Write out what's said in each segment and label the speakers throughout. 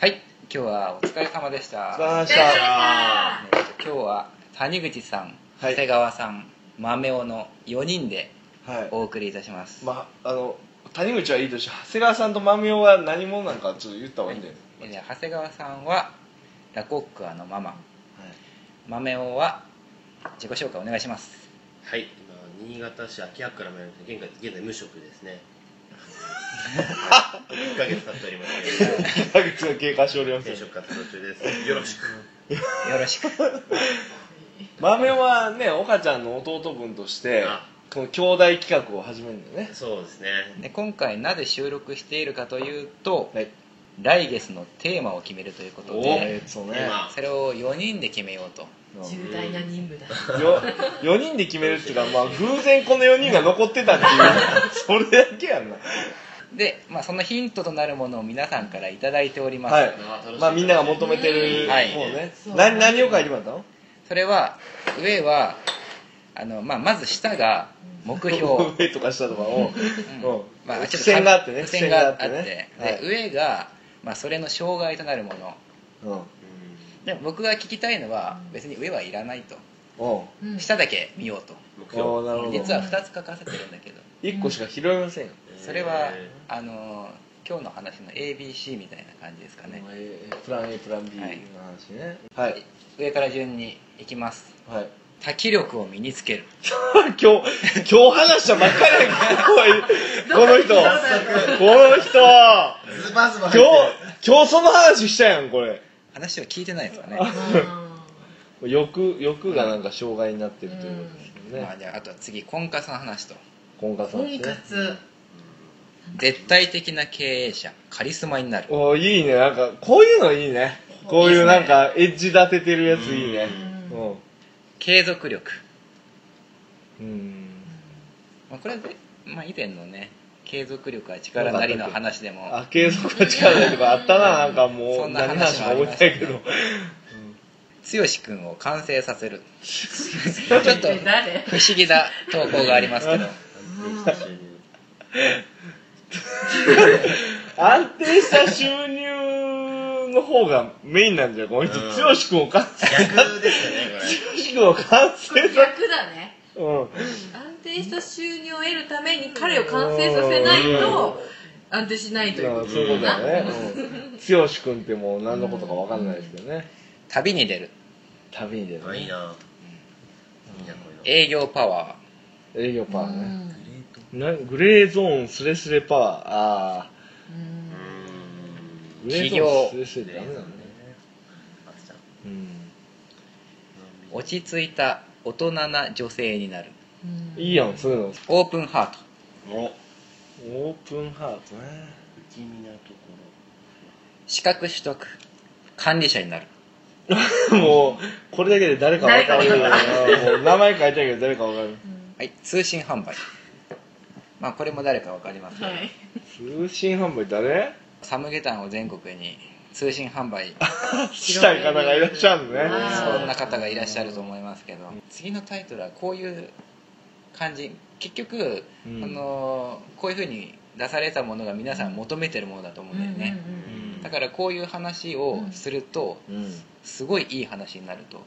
Speaker 1: はい、今日はお疲れ様でした。
Speaker 2: まし
Speaker 1: えーと今日は谷口さん、
Speaker 2: はい
Speaker 1: 長谷川さん、豆尾の4人で
Speaker 2: はい。
Speaker 1: お送りいたします。
Speaker 2: まああの谷口はいいとして長谷川さんと豆尾は何者なんかちょっと言った方
Speaker 1: は
Speaker 2: が
Speaker 1: い
Speaker 2: いいんだよね。
Speaker 1: えー長谷川さんはラコックアのママ、
Speaker 2: はい
Speaker 1: 豆尾は自己紹介お願いします。
Speaker 3: はい、今新潟市秋葉区から参りました現在現在無職で すね1ヶ月経っておりますけど
Speaker 2: 1ヶ月が経過しております
Speaker 3: 転。職活動中ですよろしく
Speaker 1: よろし く。
Speaker 2: 豆尾はね岡ちゃんの弟分として
Speaker 3: あ
Speaker 2: この兄弟企画を始めるんだよね。
Speaker 3: そうですね
Speaker 1: で今回なぜ収録しているかというと、
Speaker 2: はい。
Speaker 1: 来月のテーマを決めるということ
Speaker 2: え
Speaker 1: で、
Speaker 2: ーそうね。
Speaker 3: 今
Speaker 1: それを4人で決めようと。
Speaker 4: 重大な任務だ。
Speaker 2: よ4人で決めるっていうか、まあ、偶然この4人が残ってたって いうそれだけやんな
Speaker 1: で、まあ、そのヒントとなるものを皆さんから頂いただいております、
Speaker 2: はい
Speaker 3: あ楽しみ
Speaker 2: まあみんなが求めてる
Speaker 1: はい
Speaker 2: もうね
Speaker 4: そう
Speaker 2: 何何を書いてもらったの
Speaker 1: それは上はあの、まあ、まず下が目 標、うん
Speaker 2: 上とか下とかを、うん
Speaker 1: まあ、
Speaker 2: 付箋があってね
Speaker 1: 付箋があって,、
Speaker 2: 付箋があってね
Speaker 1: で上が、まあ、それの障害となるもの
Speaker 2: うん
Speaker 1: で僕が聞きたいのは別に上はいらないと
Speaker 2: うん
Speaker 4: うん
Speaker 1: 下だけ見ようと
Speaker 3: 目標
Speaker 2: おーなるほど
Speaker 1: 実は2つ書かせてるんだけど
Speaker 2: 1個しか拾えませんよ、
Speaker 1: それは
Speaker 3: え
Speaker 1: あの今日の話の ABC みたいな感じですかね
Speaker 2: もうええプラン A プラン B の
Speaker 1: はい
Speaker 2: 話ねはい
Speaker 1: 上から順にいきます
Speaker 2: はい、
Speaker 1: 多気力を身につける
Speaker 2: 今日今日話したばっかりやけど この人この人
Speaker 3: ーズバズ
Speaker 2: 今
Speaker 3: バ
Speaker 2: 日今日その話したやんこれ
Speaker 1: 話を聞いてないですかね
Speaker 4: あ
Speaker 2: 欲欲がなんか障害になってるということですよ
Speaker 1: まあ、
Speaker 2: ね、
Speaker 1: じゃああとは次婚活の話と
Speaker 2: 婚活
Speaker 4: ー
Speaker 2: さんで
Speaker 4: 婚
Speaker 2: すね
Speaker 4: 活。
Speaker 1: 絶対的な経営者カリスマになる
Speaker 2: おーいいねなんかこういうのいいねこういうなんかエッジ立ててるやついいね
Speaker 4: うん
Speaker 2: うん
Speaker 1: 継続力、
Speaker 2: うん
Speaker 1: まあ、これは、まあ、以前のね継続力は力なりの話でも
Speaker 2: あ継続は力 ないとかあったななんかも
Speaker 1: そ
Speaker 2: うん
Speaker 1: な
Speaker 2: 何
Speaker 1: 話
Speaker 2: 話
Speaker 1: も
Speaker 2: か
Speaker 1: あり
Speaker 2: 覚
Speaker 1: まし
Speaker 2: え
Speaker 1: た
Speaker 2: て
Speaker 1: ね
Speaker 2: ないけど
Speaker 1: 剛君を完成させるちょっと
Speaker 4: え誰？
Speaker 1: 不思議な投稿がありますけど
Speaker 3: 安定した収入
Speaker 2: 安定した収入の方がメインなんじゃこの人
Speaker 3: うん
Speaker 2: 剛君を完成
Speaker 3: 逆ですよねこれ
Speaker 2: 剛君を完成さ
Speaker 4: 逆だね。
Speaker 2: うん
Speaker 4: 安定した収入を得るために彼を完成させないと安定しないという
Speaker 2: そう
Speaker 4: こ
Speaker 2: いうことだよねうん剛君ってもう何のことか分かんないですけどね
Speaker 1: 旅に出る
Speaker 2: 旅に出る
Speaker 3: あいい
Speaker 2: ね
Speaker 3: ないいなこういう
Speaker 1: 営業パワ
Speaker 2: 営業パ
Speaker 4: と。
Speaker 2: ワ
Speaker 4: う
Speaker 2: ーね
Speaker 4: ん
Speaker 2: なグレーゾーンスレスレパワーああ
Speaker 4: う
Speaker 3: のう
Speaker 4: ん
Speaker 2: グレーゾーンスレスレってダメなのね
Speaker 3: ーんあつちゃん
Speaker 2: うん
Speaker 1: ー落ち着いた大人な女性になる
Speaker 4: うん
Speaker 2: いいやんそういうの
Speaker 1: オープンハート
Speaker 3: お
Speaker 2: オープンハートね
Speaker 3: 不気味なとこ
Speaker 1: 資格取得管理者になる
Speaker 2: もうこれだけで誰か分かるよなもう名前書いてあるけど誰か分かる
Speaker 4: うん
Speaker 1: はい通信販売まあこれも誰か分かりますけど
Speaker 4: はい。
Speaker 2: 通信販売誰
Speaker 1: サムゲタンを全国に通信販売
Speaker 2: したい方がいらっしゃるのね
Speaker 4: あー
Speaker 1: そんな方がいらっしゃると思いますけど次のタイトルはこういう感じ結局、
Speaker 2: うん
Speaker 1: あのこういうふうに出されたものが皆さん求めてるものだと思うんだよね、
Speaker 2: うん
Speaker 1: だからこういう話をすると
Speaker 2: うん
Speaker 1: すごいいい話になると
Speaker 3: ろ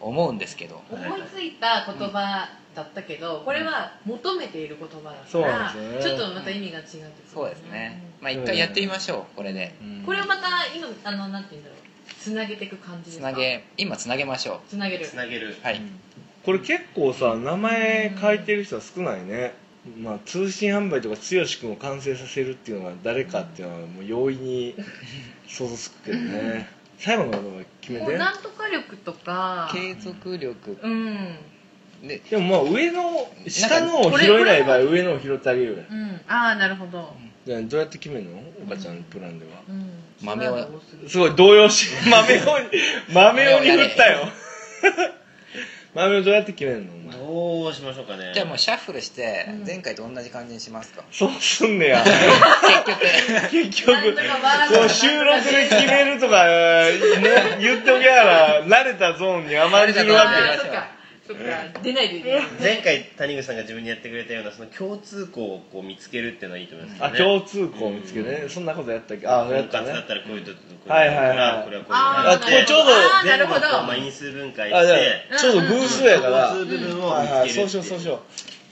Speaker 1: 思うんですけど
Speaker 4: うんうん思いついた言葉だったけど、これは求めている言葉だ
Speaker 2: そう
Speaker 4: か
Speaker 2: なん
Speaker 4: ら、
Speaker 2: です
Speaker 4: ち
Speaker 2: よ
Speaker 4: ょ
Speaker 2: ね
Speaker 4: っとまた意味が違ってくるね
Speaker 1: そうですね、まあ一回やってみましょうこれで
Speaker 4: うんこれをまた今あのなんて言うんだろう、つなげていく感じで
Speaker 1: つ
Speaker 4: すか。
Speaker 1: なげ今つなげましょ
Speaker 4: つなげ
Speaker 3: う
Speaker 4: る
Speaker 3: つ。なげる
Speaker 1: うは
Speaker 2: う
Speaker 1: い
Speaker 2: んこれ結構さ名前書いてる人は少ないねまあ通信販売とか剛君を完成させるっていうのは誰かっていうのはもう容易に想像つくけどね最後の言葉決め
Speaker 4: もう
Speaker 2: て
Speaker 4: なんとか力とか
Speaker 1: 継続力
Speaker 4: うん
Speaker 1: で
Speaker 2: でもまあ上の下のを拾えない場合上のを拾ってあげるよね
Speaker 4: うんああなるほど、
Speaker 2: じゃあどうやって決めるのおばちゃんのプランでは
Speaker 4: うん、
Speaker 1: 豆は
Speaker 4: 違うの多すぎる
Speaker 2: すごい動揺し豆を豆をに振ったよ 豆をどうやって決めるのお前
Speaker 3: どうしましょうかね
Speaker 1: じゃあもうシャッフルして
Speaker 4: うん
Speaker 1: 前回と同じ感じにし ますか、
Speaker 2: そうすんねや 結局
Speaker 4: なんとかバー
Speaker 2: こう収録で決めるとか、ね、言っておきながら慣れたゾーンに甘んじるわ
Speaker 1: 慣れたゾーンに
Speaker 2: け
Speaker 4: ああそっかそっか出ないといけない
Speaker 3: 前回谷口さんが自分にやってくれたようなその共通項をこう見つけるっていうのはいいと思います
Speaker 2: あ
Speaker 3: ね
Speaker 2: 共通項を見つけてね、そんなことやったっけあや
Speaker 3: 婚
Speaker 2: った
Speaker 3: 活
Speaker 2: ね
Speaker 3: だったらこういうとこういうとこ
Speaker 2: はいはいはい
Speaker 3: からこれはこういう
Speaker 4: あ
Speaker 2: ー
Speaker 3: こうやって
Speaker 2: ちょうど
Speaker 4: あーなるほど
Speaker 3: 全部こうまあ因数分解
Speaker 2: あ
Speaker 3: し
Speaker 2: じゃ
Speaker 3: て
Speaker 2: あちょうど偶数やから、
Speaker 3: 共通部分を
Speaker 2: はいはい
Speaker 3: 見つけ
Speaker 2: そ
Speaker 3: る
Speaker 2: うしよ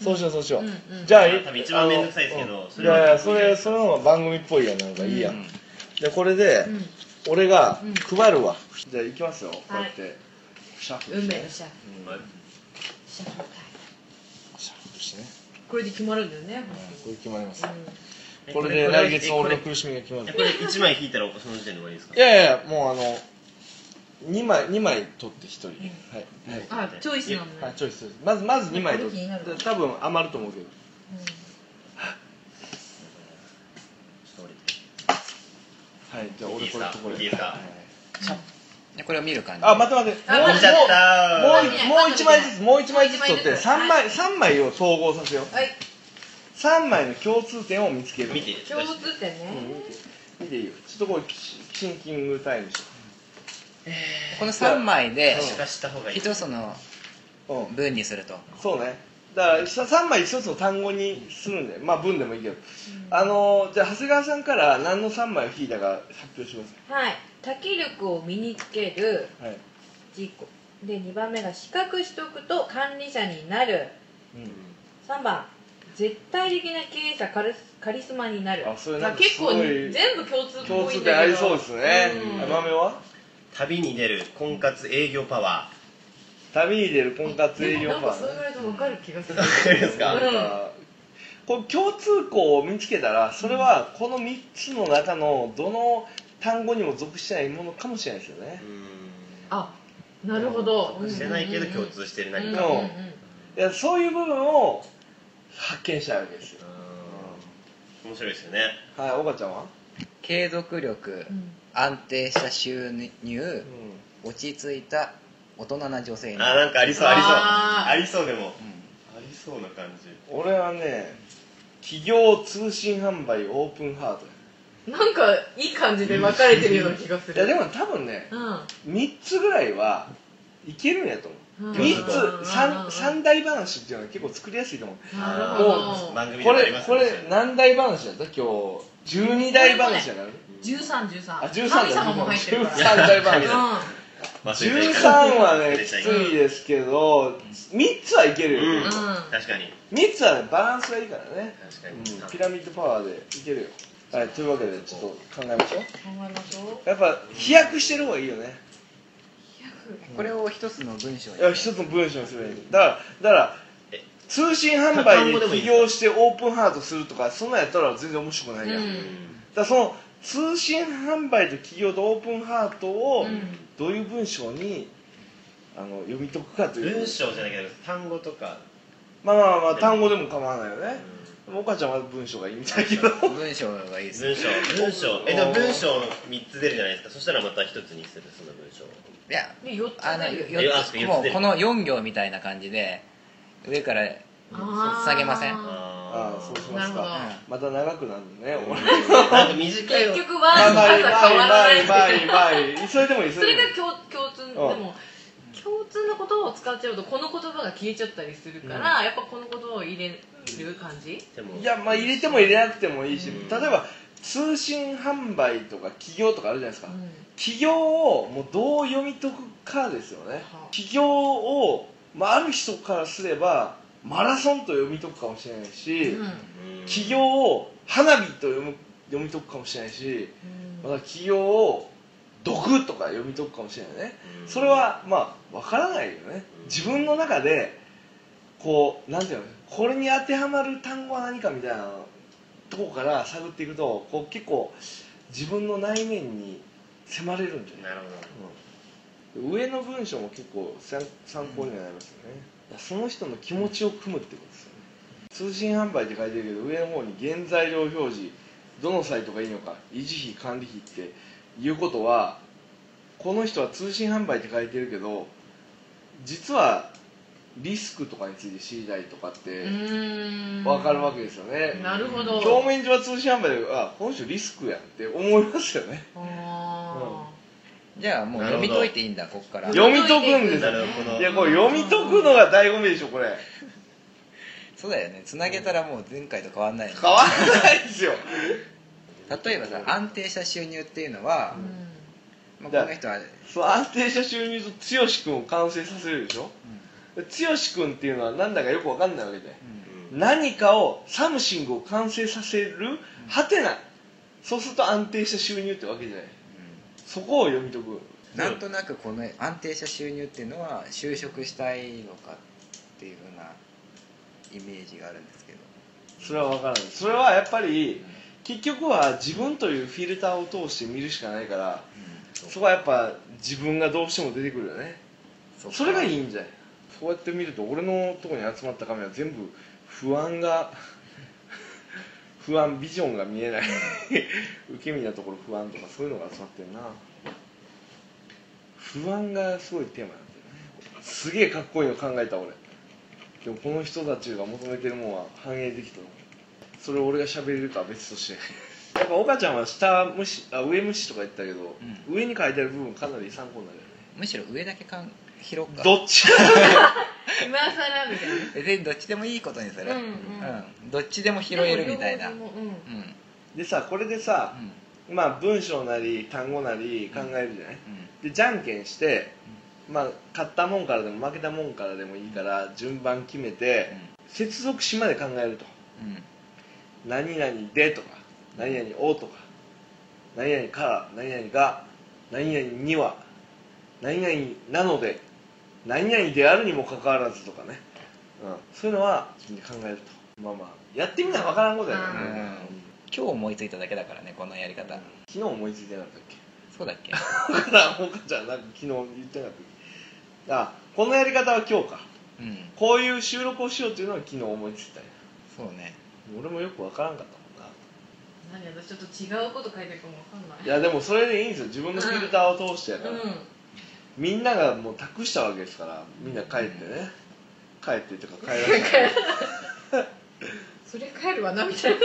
Speaker 2: うそうしようそうしようそうしよう、
Speaker 4: うんうん
Speaker 2: じゃあ
Speaker 3: 多分一番面倒くさいですけど
Speaker 2: あの
Speaker 3: そ
Speaker 2: い
Speaker 3: れは
Speaker 2: やいやそれその方が番組っぽいやんなんかいいや、
Speaker 1: うん
Speaker 2: でこれで、
Speaker 4: うん
Speaker 2: 俺が
Speaker 4: うん
Speaker 2: 配るわ、じゃあいきますよこうやって、シャッフル
Speaker 4: 運
Speaker 2: して
Speaker 4: 命
Speaker 2: ね
Speaker 4: のシャッフ
Speaker 3: はい
Speaker 4: ルシャッフ
Speaker 2: シャッ
Speaker 4: ルタイ
Speaker 2: フルしてね、
Speaker 4: ムこれで決まるんだよね
Speaker 2: うんこれ決まります、
Speaker 4: う
Speaker 2: これで来月の俺の苦しみが決ま
Speaker 3: え
Speaker 2: る
Speaker 3: これ1枚引いたらその時点で終わりですか
Speaker 2: いやいやもうあの2枚二枚取って1人、はい、はい
Speaker 4: んあチョイスなん
Speaker 2: は
Speaker 4: だ
Speaker 2: い、チョイスするまずまず2枚取
Speaker 4: これ気になる
Speaker 2: る多分余ると思うけど
Speaker 3: ちょっと
Speaker 2: はいじゃあ俺これとこれ
Speaker 3: いいですか
Speaker 2: はい
Speaker 1: でこれを見る感じ
Speaker 2: あ待って待って
Speaker 4: あ
Speaker 2: もう
Speaker 4: 見
Speaker 3: ちゃった
Speaker 2: もうも
Speaker 4: 見ないう
Speaker 2: もう1枚ずつもう1枚ずつ
Speaker 4: もう
Speaker 2: 取
Speaker 4: 一枚ず
Speaker 2: っ
Speaker 4: つ
Speaker 2: て3枚三枚を統合させよう
Speaker 4: はい
Speaker 2: 3枚の共通点を見つける
Speaker 3: 見ていいですか
Speaker 4: 共通点
Speaker 2: うん
Speaker 4: ね
Speaker 2: 見て見ていいよちょっとこれシシンキングタイムして
Speaker 1: この3枚で
Speaker 3: 可視化した方がいい
Speaker 1: 一つの
Speaker 2: うん
Speaker 1: 文にすると
Speaker 2: そうねだから3枚1つの単語にするんでまあ文でもいいけどあのーじゃあ長谷川さんから何の3枚を引いたか発表します
Speaker 4: はい多気力を身につける
Speaker 2: はい、
Speaker 4: 自己で2番目が資格取得と管理者になる
Speaker 2: うん、
Speaker 4: 3番絶対的な経営者カリスカリスマになる
Speaker 2: あそれ
Speaker 4: ま
Speaker 2: な
Speaker 4: あ
Speaker 2: んか
Speaker 4: 結構
Speaker 2: すごい
Speaker 4: 全部共通っ
Speaker 2: 共
Speaker 4: ぽい
Speaker 2: 通
Speaker 4: んだけど
Speaker 2: 点ありそうですね
Speaker 4: うん
Speaker 2: 甘めは
Speaker 3: 旅に出る婚活営業パワ
Speaker 2: 旅に出る婚活営業
Speaker 4: でもなん
Speaker 2: パ
Speaker 4: か
Speaker 2: ー
Speaker 4: それぐらいで分かる気がす
Speaker 3: ー
Speaker 4: る
Speaker 3: わ かりますか
Speaker 4: うん
Speaker 2: こう共通項を見つけたらそれはこの3つの中のどの単語にも属してないものかもしれないですよね
Speaker 3: う
Speaker 4: あなるほど
Speaker 3: んしてないけど共
Speaker 4: し
Speaker 3: 通してる
Speaker 4: て
Speaker 3: 何
Speaker 2: う
Speaker 3: か
Speaker 2: んいやそういう部分を発見したわけですよ、
Speaker 3: 面白いですよね
Speaker 2: はい岡ちゃんは、
Speaker 1: 継続力安定した収入落ち着いた大人な女性に
Speaker 3: あなんかありそうありそう
Speaker 4: あー
Speaker 3: ありそうでも
Speaker 1: うん
Speaker 3: ありそうな感じ
Speaker 2: 俺はね企業通信販売オープンハート
Speaker 4: なんかいい感じで分かれてるような気がする
Speaker 2: いやでも多分ね
Speaker 4: う
Speaker 2: 3つぐらいはいけるんやと思う、
Speaker 4: ん
Speaker 2: 三
Speaker 3: うん
Speaker 2: 3つ三三大話っていうのは結構作りやすいと思う
Speaker 4: なるほ
Speaker 3: あー
Speaker 4: ど
Speaker 3: 番組で
Speaker 2: こ
Speaker 3: もあ
Speaker 2: れ
Speaker 3: ります
Speaker 2: こ
Speaker 3: ね
Speaker 2: れ何大話だった今日12大話だからね
Speaker 4: 1313
Speaker 2: あ十13
Speaker 4: 神
Speaker 2: だ
Speaker 4: 様も入ってるか
Speaker 2: 13大
Speaker 3: 神
Speaker 2: 話
Speaker 3: 様
Speaker 4: ら
Speaker 3: 忘れていた
Speaker 2: 13はねきついですけど3つはいけるよ、
Speaker 3: うん
Speaker 4: うん
Speaker 3: 確かに
Speaker 2: 3つはねバランスがいいからね、
Speaker 3: 確か
Speaker 2: う
Speaker 3: に
Speaker 2: ん、ピラミッドパワーでいけるよはいというわけでちょっと考えましょう
Speaker 4: うん考えましょう
Speaker 2: やっぱ飛躍してる方がいいよね
Speaker 1: これを一つの文章に
Speaker 2: いや一つの文章にすればいいだからだから
Speaker 3: え
Speaker 2: 通信販売
Speaker 3: 単語
Speaker 2: で
Speaker 3: でもいい
Speaker 2: 起
Speaker 3: ですか
Speaker 2: 業してオープンハートするとかそんなんやったら全然面白くないやん、
Speaker 4: うん
Speaker 2: だからその通信販売と起業とオープンハートを
Speaker 4: うん
Speaker 2: どういう文章にあの読み解くかと
Speaker 3: うん
Speaker 2: いう
Speaker 3: 文章じゃないけど単語とか
Speaker 2: まあまあまあ単語でも構わないよね岡ちゃんは文章がいいみたいだけど
Speaker 1: 文章がいいですね
Speaker 3: 文章文章えでも文章の三つ出るじゃないですかそしたらまた一つにするその文章
Speaker 1: いや
Speaker 4: で4つ
Speaker 1: あの
Speaker 4: ね
Speaker 1: よ
Speaker 3: あ
Speaker 1: よ
Speaker 3: 四つね
Speaker 1: もうこの4行みたいな感じで上からうん
Speaker 4: あー
Speaker 1: 下げません
Speaker 2: ああそうします
Speaker 4: なる
Speaker 2: かまた長くなるのね 俺
Speaker 3: なんか短い
Speaker 4: 結
Speaker 3: よ
Speaker 4: 局
Speaker 2: まあまあまあまあまあ
Speaker 4: は朝変わらない
Speaker 2: まあそれでもいい
Speaker 4: そ
Speaker 2: そ
Speaker 4: れ
Speaker 2: れで
Speaker 4: が
Speaker 2: もいい
Speaker 4: 共共通でも共通の言葉を使っちゃうとこの言葉が消えちゃったりするから、やっぱこの言葉を入れる感じ、
Speaker 3: でも
Speaker 2: いやまあ入れても入れなくてもいいし、
Speaker 3: うん
Speaker 2: 例えば通信販売とか起業とかあるじゃないですか、
Speaker 4: うん
Speaker 2: 起業をもうどう読み解くかですよね
Speaker 4: はあ
Speaker 2: 起業を、まあ、ある人からすればマラソンと読み解くかもしれないし、
Speaker 3: うん
Speaker 2: 起業を花火と読む読み解くかもしれないし、また起業を毒とか読み解くかもしれないね
Speaker 3: うん
Speaker 2: それはまあわからないよね
Speaker 3: うん
Speaker 2: 自分の中でこうなんていうのこれに当てはまる単語は何かみたいなとこから探っていくとこう結構自分の内面に迫れるんじゃない、
Speaker 3: なるほど
Speaker 2: うん上の文章も結構参参考にはなりますよね、その人の気持ちを組むってことですよね通信販売って書いてるけど上の方に原材料表示どのサイトがいいのか維持費管理費っていうことはこの人は通信販売って書いてるけど実はリスクとかについて知りたいとかって
Speaker 4: うん
Speaker 2: 分かるわけですよね、
Speaker 4: なるほど
Speaker 2: 表面上は通信販売であこの人リスクやんって思いますよね
Speaker 4: あー
Speaker 1: じゃあもう
Speaker 3: なる
Speaker 1: 読
Speaker 3: ほど
Speaker 1: み解いていいんだこっから
Speaker 2: 読み解くんです
Speaker 3: な
Speaker 2: よ
Speaker 3: るほど
Speaker 2: いやこれ読み解くのが醍醐味でしょこれ
Speaker 1: そうだよねつなげたらもう前回と変わんないよね
Speaker 2: 変わらないですよ
Speaker 1: 例えばさ安定した収入っていうのは、まあ、この人は
Speaker 2: そう安定した収入と剛君を完成させるでしょ剛君っていうのはなんだかよくわかんないわけで何かをサムシングを完成させるはてなそうすると安定した収入ってわけじゃないそこを読み解く
Speaker 1: なんとなくこの安定した収入っていうのは就職したいのかっていうふうなイメージがあるんですけど
Speaker 2: それはわからないそれはやっぱり結局は自分というフィルターを通して見るしかないからそこはやっぱ自分がどうしても出てくるよね
Speaker 1: っか
Speaker 2: それがいいんじゃないそうやって見ると俺のとこに集まったカメラ全部不安が 不安ビジョンが見えない 受け身なところ不安とかそういうのが集まってるな不安がすごいテーマなんだよねすげえかっこいいの考えた俺でもこの人たちが求めてるもんは反映できたのそれを俺が喋れるかは別と してやっぱ岡ちゃんは下虫あ上虫とか言ったけど、
Speaker 1: う
Speaker 2: 上に書いてある部分かなり参考になるよね
Speaker 1: むしろ上だけかん拾うか
Speaker 2: どっちか
Speaker 4: 今更みたいな
Speaker 1: 別にどっちでもいいことにする、
Speaker 4: うんうん
Speaker 1: うんどっちでも拾えるみたいな、う
Speaker 4: で
Speaker 1: ん
Speaker 4: も両方ともうん
Speaker 1: うん
Speaker 2: でさこれでさ、まあ文章なり単語なり考えるじゃない、でじゃんけんして、まあ勝ったもんからでも負けたもんからでもいいから順番決めて、接続詞まで考えると
Speaker 1: うんうん
Speaker 2: 何々でとか何々をとか何々から何々が何々には何々なので何々であるにもかかわらずとかね、うん、そういうのは考えるとまあまあやってみな分からんことやから
Speaker 1: うん
Speaker 2: ね、
Speaker 1: 今日思いついただけだからねこのやり方、
Speaker 2: 昨日思いついてなかったっけ
Speaker 1: そうだっけ
Speaker 2: だからほかちゃんなんか昨日言ってなかったあこのやり方は今日か
Speaker 1: うん
Speaker 2: こういう収録をしようっていうのは昨日思いついたんや
Speaker 1: そうね
Speaker 2: 俺もよく分からんかったもんな
Speaker 4: 何私ちょっと違うこと書いてるかもわかんない
Speaker 2: いやでもそれでいいんですよ自分のフィルターを通してやから、
Speaker 4: う
Speaker 2: みんながもう託したわけですからみんな帰ってね、帰ってとか帰ら せ
Speaker 4: ん
Speaker 2: た
Speaker 4: それ帰るわなみたいな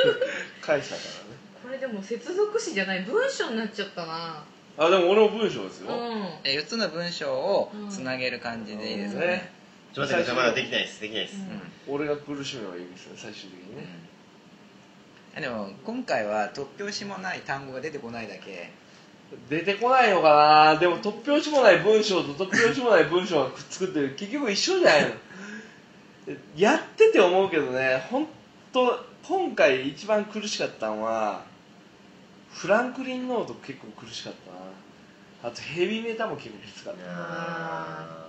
Speaker 2: 返したからね
Speaker 4: これでも接続詞じゃない文章になっちゃったな
Speaker 2: あでも俺も文章です
Speaker 4: う
Speaker 2: よ、
Speaker 4: ん
Speaker 1: え4つの文章をつなげる感じでいいですよね、
Speaker 3: ちょっと待ってくださいまだできないですできないです、
Speaker 1: うん
Speaker 2: 俺が苦しめばいいですよね最終的にね、
Speaker 1: うんでも今回は突拍子もない単語が出てこないだけ
Speaker 2: 出てこないのかなでも突拍子もない文章と突拍子もない文章がくっつくってる結局一緒じゃないのやってて思うけどね本当今回一番苦しかったのはフランクリン・ノート結構苦しかったなあとヘビーメタも結構きつかった
Speaker 3: あ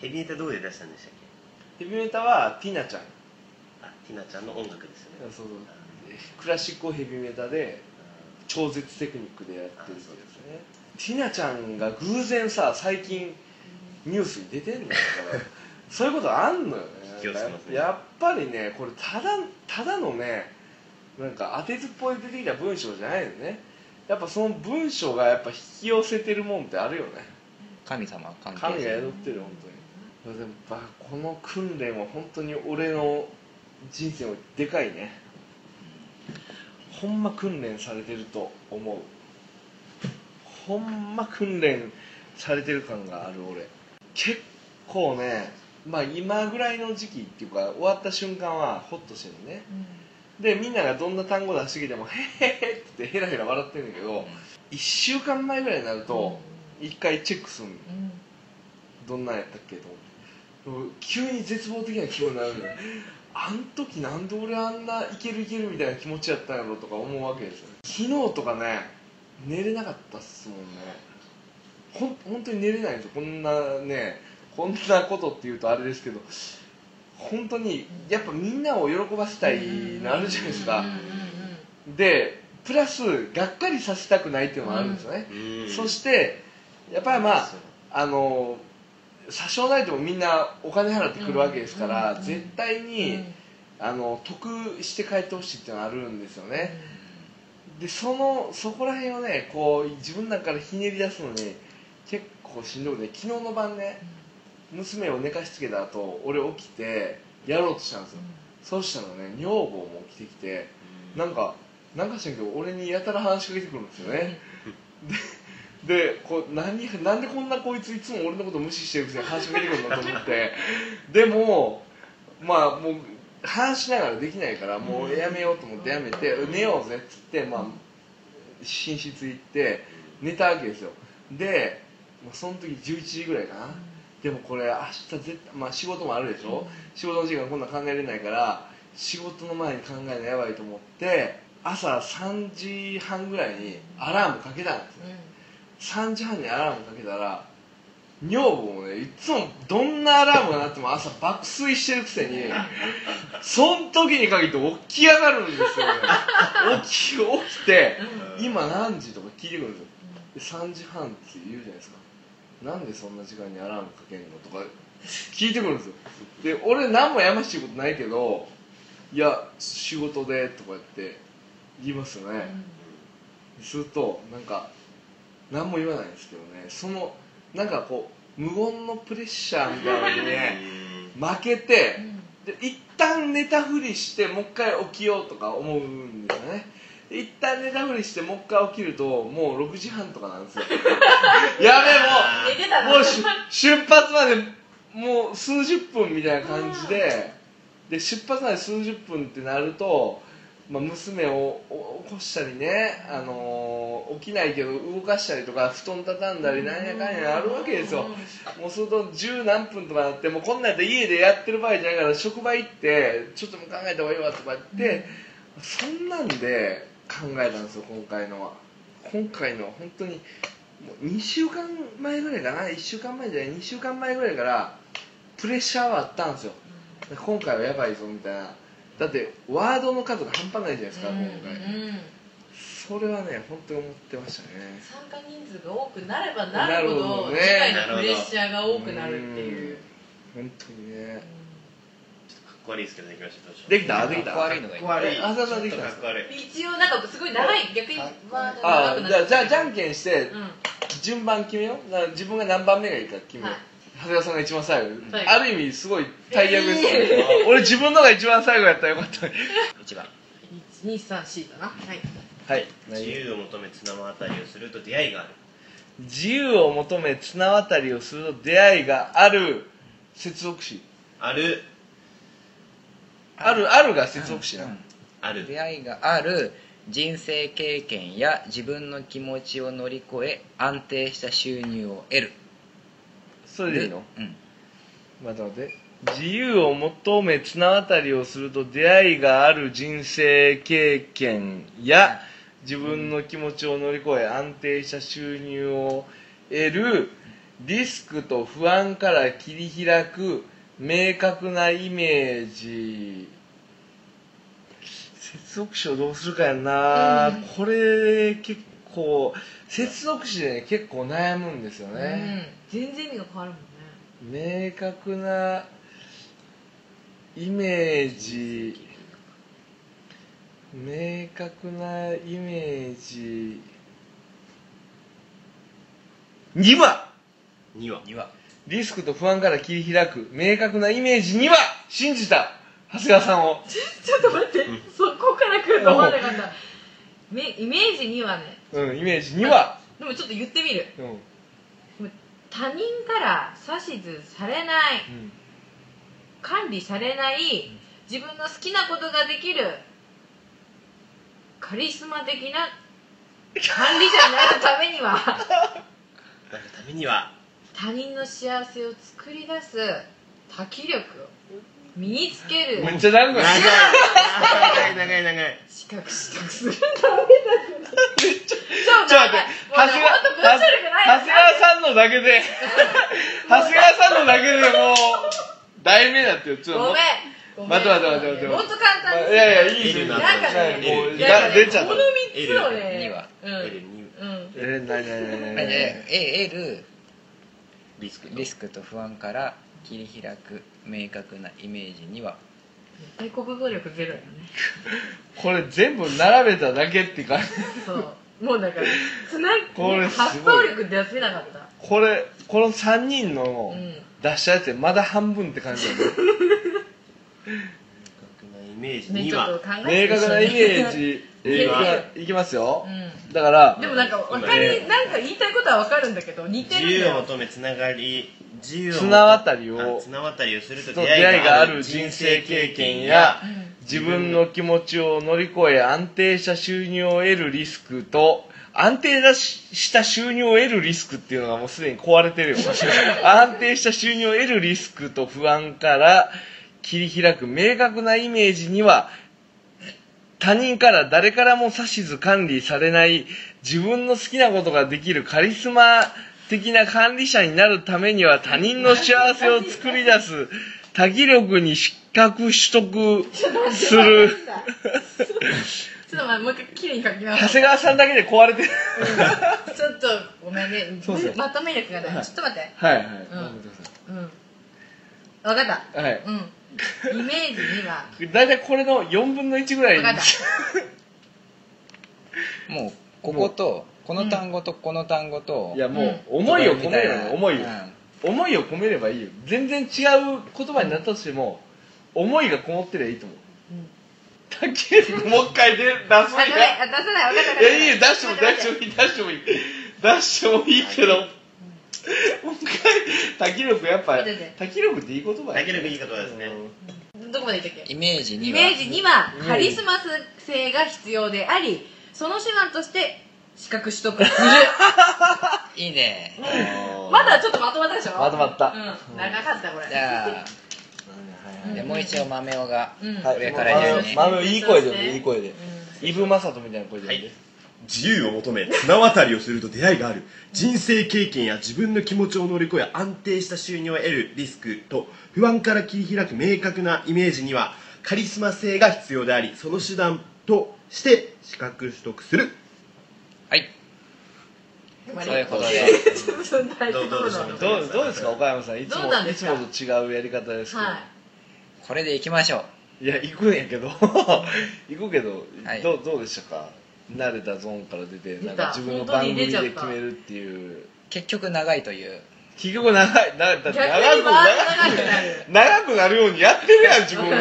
Speaker 3: ーヘビネタどうで出したんでしたっ
Speaker 2: ヘビーメタはティナちゃん
Speaker 3: けあティナちゃんの音楽ですよね
Speaker 2: そうクラシックをヘビーメタで超絶テクニックでやってるんですねティナちゃんが偶然さ最近ニュースに出てんの よだからそういうことあんのよね
Speaker 3: 気をつけますね
Speaker 2: やっぱりねこれただただのねなんか当てずっぽい出てきた文章じゃないのねやっぱその文章がやっぱ引き寄せてるもんってあるよね
Speaker 1: 神様は関係
Speaker 2: 神が
Speaker 1: 性
Speaker 2: 宿ってるよ本当にでもやっぱこの訓練は本当に俺の人生もでかいねほんま訓練されてると思うほんま訓練されてる感がある俺結構ねまあ今ぐらいの時期っていうか終わった瞬間はホッとしてるねでみんながどんな単語出してきても「へへへ」って言ってヘラヘラ笑ってるんだけど1週間前ぐらいになると1回チェックするの
Speaker 4: うん
Speaker 2: どんなんやったっけと思って急に絶望的な気分になるのよあん時なんで俺あんないけるいけるみたいな気持ちやったんやろとか思うわけですよ昨日とかね寝れなかったっすもんねほん本当に寝れないんですよこんなねこんなことっていうとあれですけど本当にやっぱみんなを喜ばせたいのあるじゃないですか
Speaker 4: うんうんうん
Speaker 2: でプラスがっかりさせたくないっていうのもあるんですよね、
Speaker 3: うん
Speaker 2: そしてやっぱりまあ
Speaker 3: そう
Speaker 2: あの差し押さえてもみんなお金払ってくるわけですから、
Speaker 4: うんうん
Speaker 2: 絶対に、
Speaker 4: うん
Speaker 2: あの得して帰ってほしいっていうのはあるんですよね、でそのそこら辺をねこう自分の中からひねり出すのに結構しんどくて昨日の晩ね娘を寝かしつけた後俺起きてやろうとしたんですよ、そうしたらね女房も起きてきてなんかなんかしらんけど俺にやたら話しかけてくるんですよね、ででこう何なんでこんなこいついつも俺のこと無視してるくせに話しかけてくるんだと思 ってでもまあもう話しながらできないからもうやめようと思ってやめて寝ようぜっつって、まあ、寝室行って寝たわけですよでまあその時11時ぐらいかなでもこれ明日絶対、まあ、仕事もあるでしょ仕事の時間こんなん考えれないから仕事の前に考えるのやばいと思って朝3時半ぐらいにアラームかけたんですね3時半にアラームかけたら女房もねいつもどんなアラームが鳴っても朝爆睡してるくせにそん時に限って起き上がるんですよね起き起きて今何時とか聞いてくるんですよで3時半って言うじゃないですかなんでそんな時間にアラームかけんのとか聞いてくるんですよで俺何もやましいことないけどいや仕事でとか言って言いますよね、するとなんか何も言わないんですけどねそのなんかこう無言のプレッシャーみたいなのにね負けてで一旦寝たふりしてもう一回起きようとか思うんですよねで一旦寝たふりしてもう一回起きるともう6時半とかなんですよ やべ
Speaker 4: 寝てた
Speaker 2: えもうもうし出発までもう数十分みたいな感じでで出発まで数十分ってなると、まあ、娘をお起こしたりね、あのー起きないけど動かしたりとか布団畳んだりなんやかんやあるわけですよ、もうすると十何分とかなってもうこんなんやったら家でやってる場合じゃないから職場行ってちょっともう考えた方がいいわとか言って、そんなんで考えたんですよ今回のは今回のは本当にもう2週間前ぐらいかな1週間前じゃない2週間前ぐらいからプレッシャーはあったんですよ今回はやばいぞみたいなだってワードの数が半端ないじゃないですか、今回それはね本当に思ってましたね
Speaker 4: 参加人数が多くなればなる
Speaker 2: なるほ
Speaker 4: ほど
Speaker 2: ど
Speaker 4: 次
Speaker 2: ね
Speaker 4: 回のプレッシャーが多くなるっていう
Speaker 2: うん本当にね
Speaker 3: っこ悪いですけどできましたどうしよう
Speaker 2: できたでき
Speaker 1: か
Speaker 2: た
Speaker 1: っこ悪いのがいい
Speaker 3: かっこ悪い
Speaker 2: あそうそうできた
Speaker 3: ちょっとかっこ悪い
Speaker 4: 一応なんかすごい長い逆にワードが
Speaker 2: あ
Speaker 4: 長く
Speaker 2: じゃ
Speaker 4: な
Speaker 2: あ
Speaker 4: っ
Speaker 2: じ
Speaker 4: ち
Speaker 2: ゃ
Speaker 4: ゃ
Speaker 2: あじゃんけんして
Speaker 4: うん
Speaker 2: 順番決めようだから自分が何番目がいいか決めよう、
Speaker 4: はい
Speaker 2: 長谷川さんが一番最後、
Speaker 4: はい
Speaker 2: ある意味すごい大役ですよね、俺自分のが一番最後やったらよかった
Speaker 1: 一番
Speaker 4: 1234だなはい
Speaker 2: はい
Speaker 3: 自由を求め綱渡りをすると出会いがある
Speaker 2: 自由を求め綱渡りをすると出会いがある接続詞
Speaker 3: ある
Speaker 2: あるあるが接続詞な、
Speaker 1: うん
Speaker 3: ある
Speaker 1: 出会いがある人生経験や自分の気持ちを乗り越え安定した収入を得る
Speaker 2: それでいいの
Speaker 1: うん
Speaker 2: 待って待って自由を求め綱渡りをすると出会いがある人生経験や自分の気持ちを乗り越え安定した収入を得るリスクと不安から切り開く明確なイメージ接続詞をどうするかやんな、
Speaker 4: うん
Speaker 2: これ結構接続詞でね、結構悩むんですよね、
Speaker 4: うん全然意味が変わるもんね
Speaker 2: 明確なイメージ明確なイメージ2番
Speaker 3: 2は
Speaker 1: 2は
Speaker 2: リスクと不安から切り開く明確なイメージ2は信じた長谷川さんを
Speaker 4: ちょっと待ってそこから来ると思わなかっためイメージにはね
Speaker 2: うんイメージ2は
Speaker 4: でもちょっと言ってみる
Speaker 2: うん、うん、
Speaker 4: 他人から指図されない管理されない自分の好きなことができるカリスマ的な管理者になるためには
Speaker 3: なるためには
Speaker 4: 他人の幸せを作り出す多気力を身につける
Speaker 2: めっちゃ長く
Speaker 3: 長
Speaker 2: ないい
Speaker 3: 長い長い長い
Speaker 4: 資格取得するためだめっ
Speaker 2: ち
Speaker 4: ち
Speaker 2: ょ
Speaker 4: ょ
Speaker 2: っと
Speaker 4: っと
Speaker 2: 待
Speaker 4: 待
Speaker 2: っ
Speaker 4: っててもうねほんと文章力ない
Speaker 2: 長谷川さんのだけで長谷川さんのだけでもう題名だってよちょっと
Speaker 4: ごめんごめん
Speaker 2: 待って待って待って待って
Speaker 4: もっと簡
Speaker 2: まあ
Speaker 4: 単
Speaker 2: いやいや
Speaker 4: い
Speaker 2: いいですよ
Speaker 3: なん
Speaker 4: かね
Speaker 2: はいもう
Speaker 3: い
Speaker 4: やなん
Speaker 2: だ
Speaker 4: か
Speaker 2: 出
Speaker 4: ね
Speaker 2: ちゃっ
Speaker 4: こ
Speaker 2: た
Speaker 4: の3つをね
Speaker 1: には
Speaker 4: うん
Speaker 3: 得るに
Speaker 4: うん
Speaker 2: えなになになになに
Speaker 1: ええ得る
Speaker 3: リスクと
Speaker 1: リスクと不安から切り開く明確なイメージには
Speaker 4: 絶対国語力ゼロよね
Speaker 2: これ全部並べただけって感じ
Speaker 4: そうもうだからつな
Speaker 2: これすごい
Speaker 4: 発想力出せなかった
Speaker 2: これこの3人の
Speaker 4: うん
Speaker 2: 出したやつでまだ半分って感じだね
Speaker 3: 明確なイメイメージ
Speaker 4: ね
Speaker 3: 2
Speaker 4: ちょっ
Speaker 3: は
Speaker 4: と考
Speaker 2: 明
Speaker 4: え てほしい
Speaker 2: 確なイメージ
Speaker 4: 映
Speaker 2: 映
Speaker 4: 画
Speaker 2: 画いきますよ、
Speaker 4: う
Speaker 2: だから
Speaker 4: ん、でもなんかわかりなんか言いたいことはわかるんだけど似て
Speaker 3: 自
Speaker 4: るんだ
Speaker 3: 由を
Speaker 4: よ
Speaker 3: 求めつながり自由を
Speaker 2: 綱渡り
Speaker 3: あ
Speaker 2: を
Speaker 3: 綱渡りをすると
Speaker 2: と
Speaker 3: 出
Speaker 2: 出会
Speaker 3: 会
Speaker 2: い
Speaker 3: い
Speaker 2: が
Speaker 3: が
Speaker 2: あ
Speaker 3: あ
Speaker 2: る
Speaker 3: る
Speaker 2: 人
Speaker 3: 人
Speaker 2: 生
Speaker 3: 生
Speaker 2: 経
Speaker 3: 経
Speaker 2: 験
Speaker 3: 験
Speaker 2: や
Speaker 3: や
Speaker 4: うん
Speaker 2: 自分の気持ちを乗り越え安定した収入を得るリスクと安定した収入を得るリスクっていうのがもうすでに壊れてるよ安定した収入を得るリスクと不安から切り開く明確なイメージには他人から誰からも指図管理されない自分の好きなことができるカリスマ的な管理者になるためには他人の幸せを作り出 す多義力に資格取得する
Speaker 4: ちょっとまあもう一回綺麗に書き直
Speaker 2: 長
Speaker 4: す
Speaker 2: 谷川さんだけで壊れてる
Speaker 4: ちょっとごめんね
Speaker 2: そうそう
Speaker 4: まとめ力がない、ちょっと待って
Speaker 2: はいはい、
Speaker 4: うん
Speaker 2: ごめんなさ
Speaker 4: うんわかった
Speaker 2: いはい
Speaker 4: うんイメージには
Speaker 2: 大体これの4分の1ぐらい
Speaker 4: わかった
Speaker 1: もうこことこの単語とこの単語と、
Speaker 2: いやもう
Speaker 1: と
Speaker 2: 思
Speaker 1: か
Speaker 2: いを
Speaker 1: み
Speaker 2: 込
Speaker 1: た
Speaker 2: め
Speaker 1: い
Speaker 2: れ
Speaker 1: な
Speaker 2: ば思いを、
Speaker 1: うん
Speaker 2: 思いを込めればいいよ全然違う言葉になったとしても、思いがこもってりゃいいと思う
Speaker 4: うん
Speaker 2: 竹内もう一回で出すんや
Speaker 4: あダメあ出さないわかったわかった
Speaker 2: いやいいよ出しても
Speaker 4: 待っ
Speaker 2: 出
Speaker 4: て
Speaker 2: してもい
Speaker 4: 待って
Speaker 2: い出してもいい出してもいいけどもう一回滝力やっぱ
Speaker 4: 待ってて
Speaker 2: 滝力っていい言葉や
Speaker 3: 竹力いい言葉ですね
Speaker 4: どこまで言ったっけ
Speaker 1: イメージに
Speaker 4: イ
Speaker 1: は
Speaker 4: メージにはカリスマ性が必要でありその手段として資格取 得する
Speaker 1: いいね
Speaker 4: まだちょっとまとまったでしょ
Speaker 2: まとまった
Speaker 4: うん、長かったこれ
Speaker 1: じゃあ
Speaker 2: うん
Speaker 4: うん
Speaker 1: でもう一度豆をが
Speaker 4: うん
Speaker 2: はい
Speaker 1: 上から順に
Speaker 2: まあまあいい声で呼ん
Speaker 4: そうです
Speaker 2: で
Speaker 4: ね
Speaker 2: いい声で
Speaker 4: う
Speaker 2: イブマサトみたいな声で呼んで
Speaker 3: 自由を求め綱渡りをすると出会いがある人生経験や自分の気持ちを乗り越え安定した収入を得るリスクと不安から切り開く明確なイメージにはカリスマ性が必要でありその手段として資格取得する
Speaker 1: はい
Speaker 4: ん
Speaker 1: そういうことで
Speaker 4: ちょっと大丈夫
Speaker 3: どうどうでしょう
Speaker 4: なの
Speaker 2: どうどうですか岡山さんいつ
Speaker 4: ど
Speaker 2: も
Speaker 4: うなんで
Speaker 2: い
Speaker 4: す
Speaker 2: つ
Speaker 4: か
Speaker 2: もと違うやり方ですけど、
Speaker 4: はい
Speaker 1: これでいきましょう
Speaker 2: い、や行くんやけど 行くけど、
Speaker 1: はい
Speaker 2: どうどうでしたか慣れたゾーンから出て
Speaker 4: 出た
Speaker 2: なんか自分の番組で決めるっていう
Speaker 1: 結局長いという
Speaker 2: 結局長い長いだって
Speaker 4: 逆
Speaker 2: 長く
Speaker 4: に回
Speaker 2: 長
Speaker 4: らなくなる
Speaker 2: く長くなるようにやってるやん自分が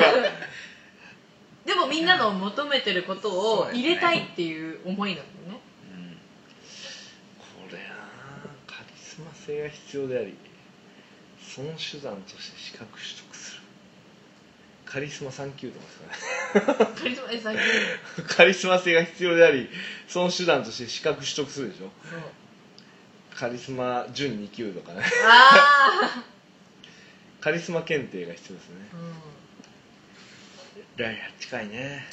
Speaker 4: でもみんなの求めてること
Speaker 1: そ
Speaker 4: を
Speaker 1: うですね
Speaker 4: 入れたいっていう思いなんだよね
Speaker 1: うん
Speaker 2: これなあカリスマ性が必要でありその手段として資格取得するカリスマ3級とかです
Speaker 4: カリスマえ最近
Speaker 2: かね カリスマ性が必要でありその手段として資格取得するでしょカリスマ準2級とかね
Speaker 4: ああ
Speaker 2: カリスマ検定が必要ですね
Speaker 4: う
Speaker 2: 第8回ね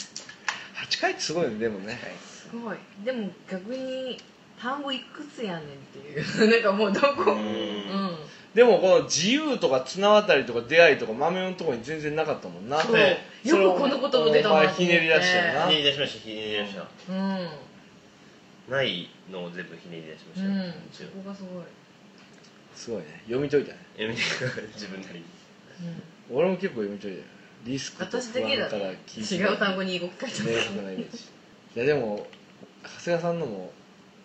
Speaker 2: 8回ってすごいねでもね
Speaker 4: んすごいでも逆に単語いくつやねんっていう なんかもうどこうん
Speaker 2: でもこの自由とか綱渡りとか出会いとか豆のところに全然なかったもんな
Speaker 4: そうう
Speaker 2: それ
Speaker 4: よくこのことも出たなと
Speaker 2: お前
Speaker 4: 思って
Speaker 2: ひねり出したよな
Speaker 3: ひねり出しましたひねり出しまし
Speaker 4: うん
Speaker 3: たないのを全部ひねり出しま
Speaker 4: う
Speaker 3: したよ、
Speaker 4: ん
Speaker 3: 一
Speaker 4: そ
Speaker 3: 応
Speaker 4: こがすごい
Speaker 2: すごいね読み解いたね
Speaker 3: やめてください自分なりに
Speaker 4: うん
Speaker 2: 俺も結構読み解いたよリスクと
Speaker 4: 私だけだ
Speaker 2: 不
Speaker 4: と
Speaker 2: 安から
Speaker 4: 違う単語に動き換
Speaker 2: 明
Speaker 4: え
Speaker 2: 確なイメージいやでも長谷川さんのも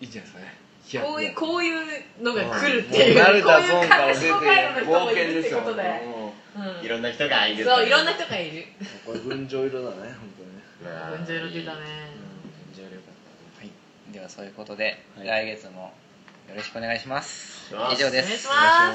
Speaker 2: いいんじゃないですかね飛
Speaker 4: ちゃった
Speaker 2: 躍
Speaker 4: こ
Speaker 2: が
Speaker 4: ういうこういうのが来るっていう
Speaker 2: も
Speaker 4: こ
Speaker 2: 慣
Speaker 4: うい
Speaker 2: れ
Speaker 4: う
Speaker 2: たゾーンから
Speaker 4: 感
Speaker 2: 出
Speaker 4: じ
Speaker 2: て
Speaker 4: の回路の人
Speaker 2: 冒
Speaker 4: もい
Speaker 2: 険
Speaker 4: るっ
Speaker 2: で
Speaker 4: て
Speaker 2: すよ
Speaker 4: ことで
Speaker 2: も
Speaker 4: うん
Speaker 3: いろんな人がいる
Speaker 4: そういろんな人がいる
Speaker 2: うこれ群青色だね本当ね
Speaker 4: 文字色出たね
Speaker 1: 上流はいではそういうことで、
Speaker 2: はい
Speaker 1: 来月もよろしくお願いします
Speaker 3: お願いし
Speaker 1: 以上
Speaker 3: ます
Speaker 4: お
Speaker 1: で
Speaker 4: 願い
Speaker 1: す
Speaker 4: します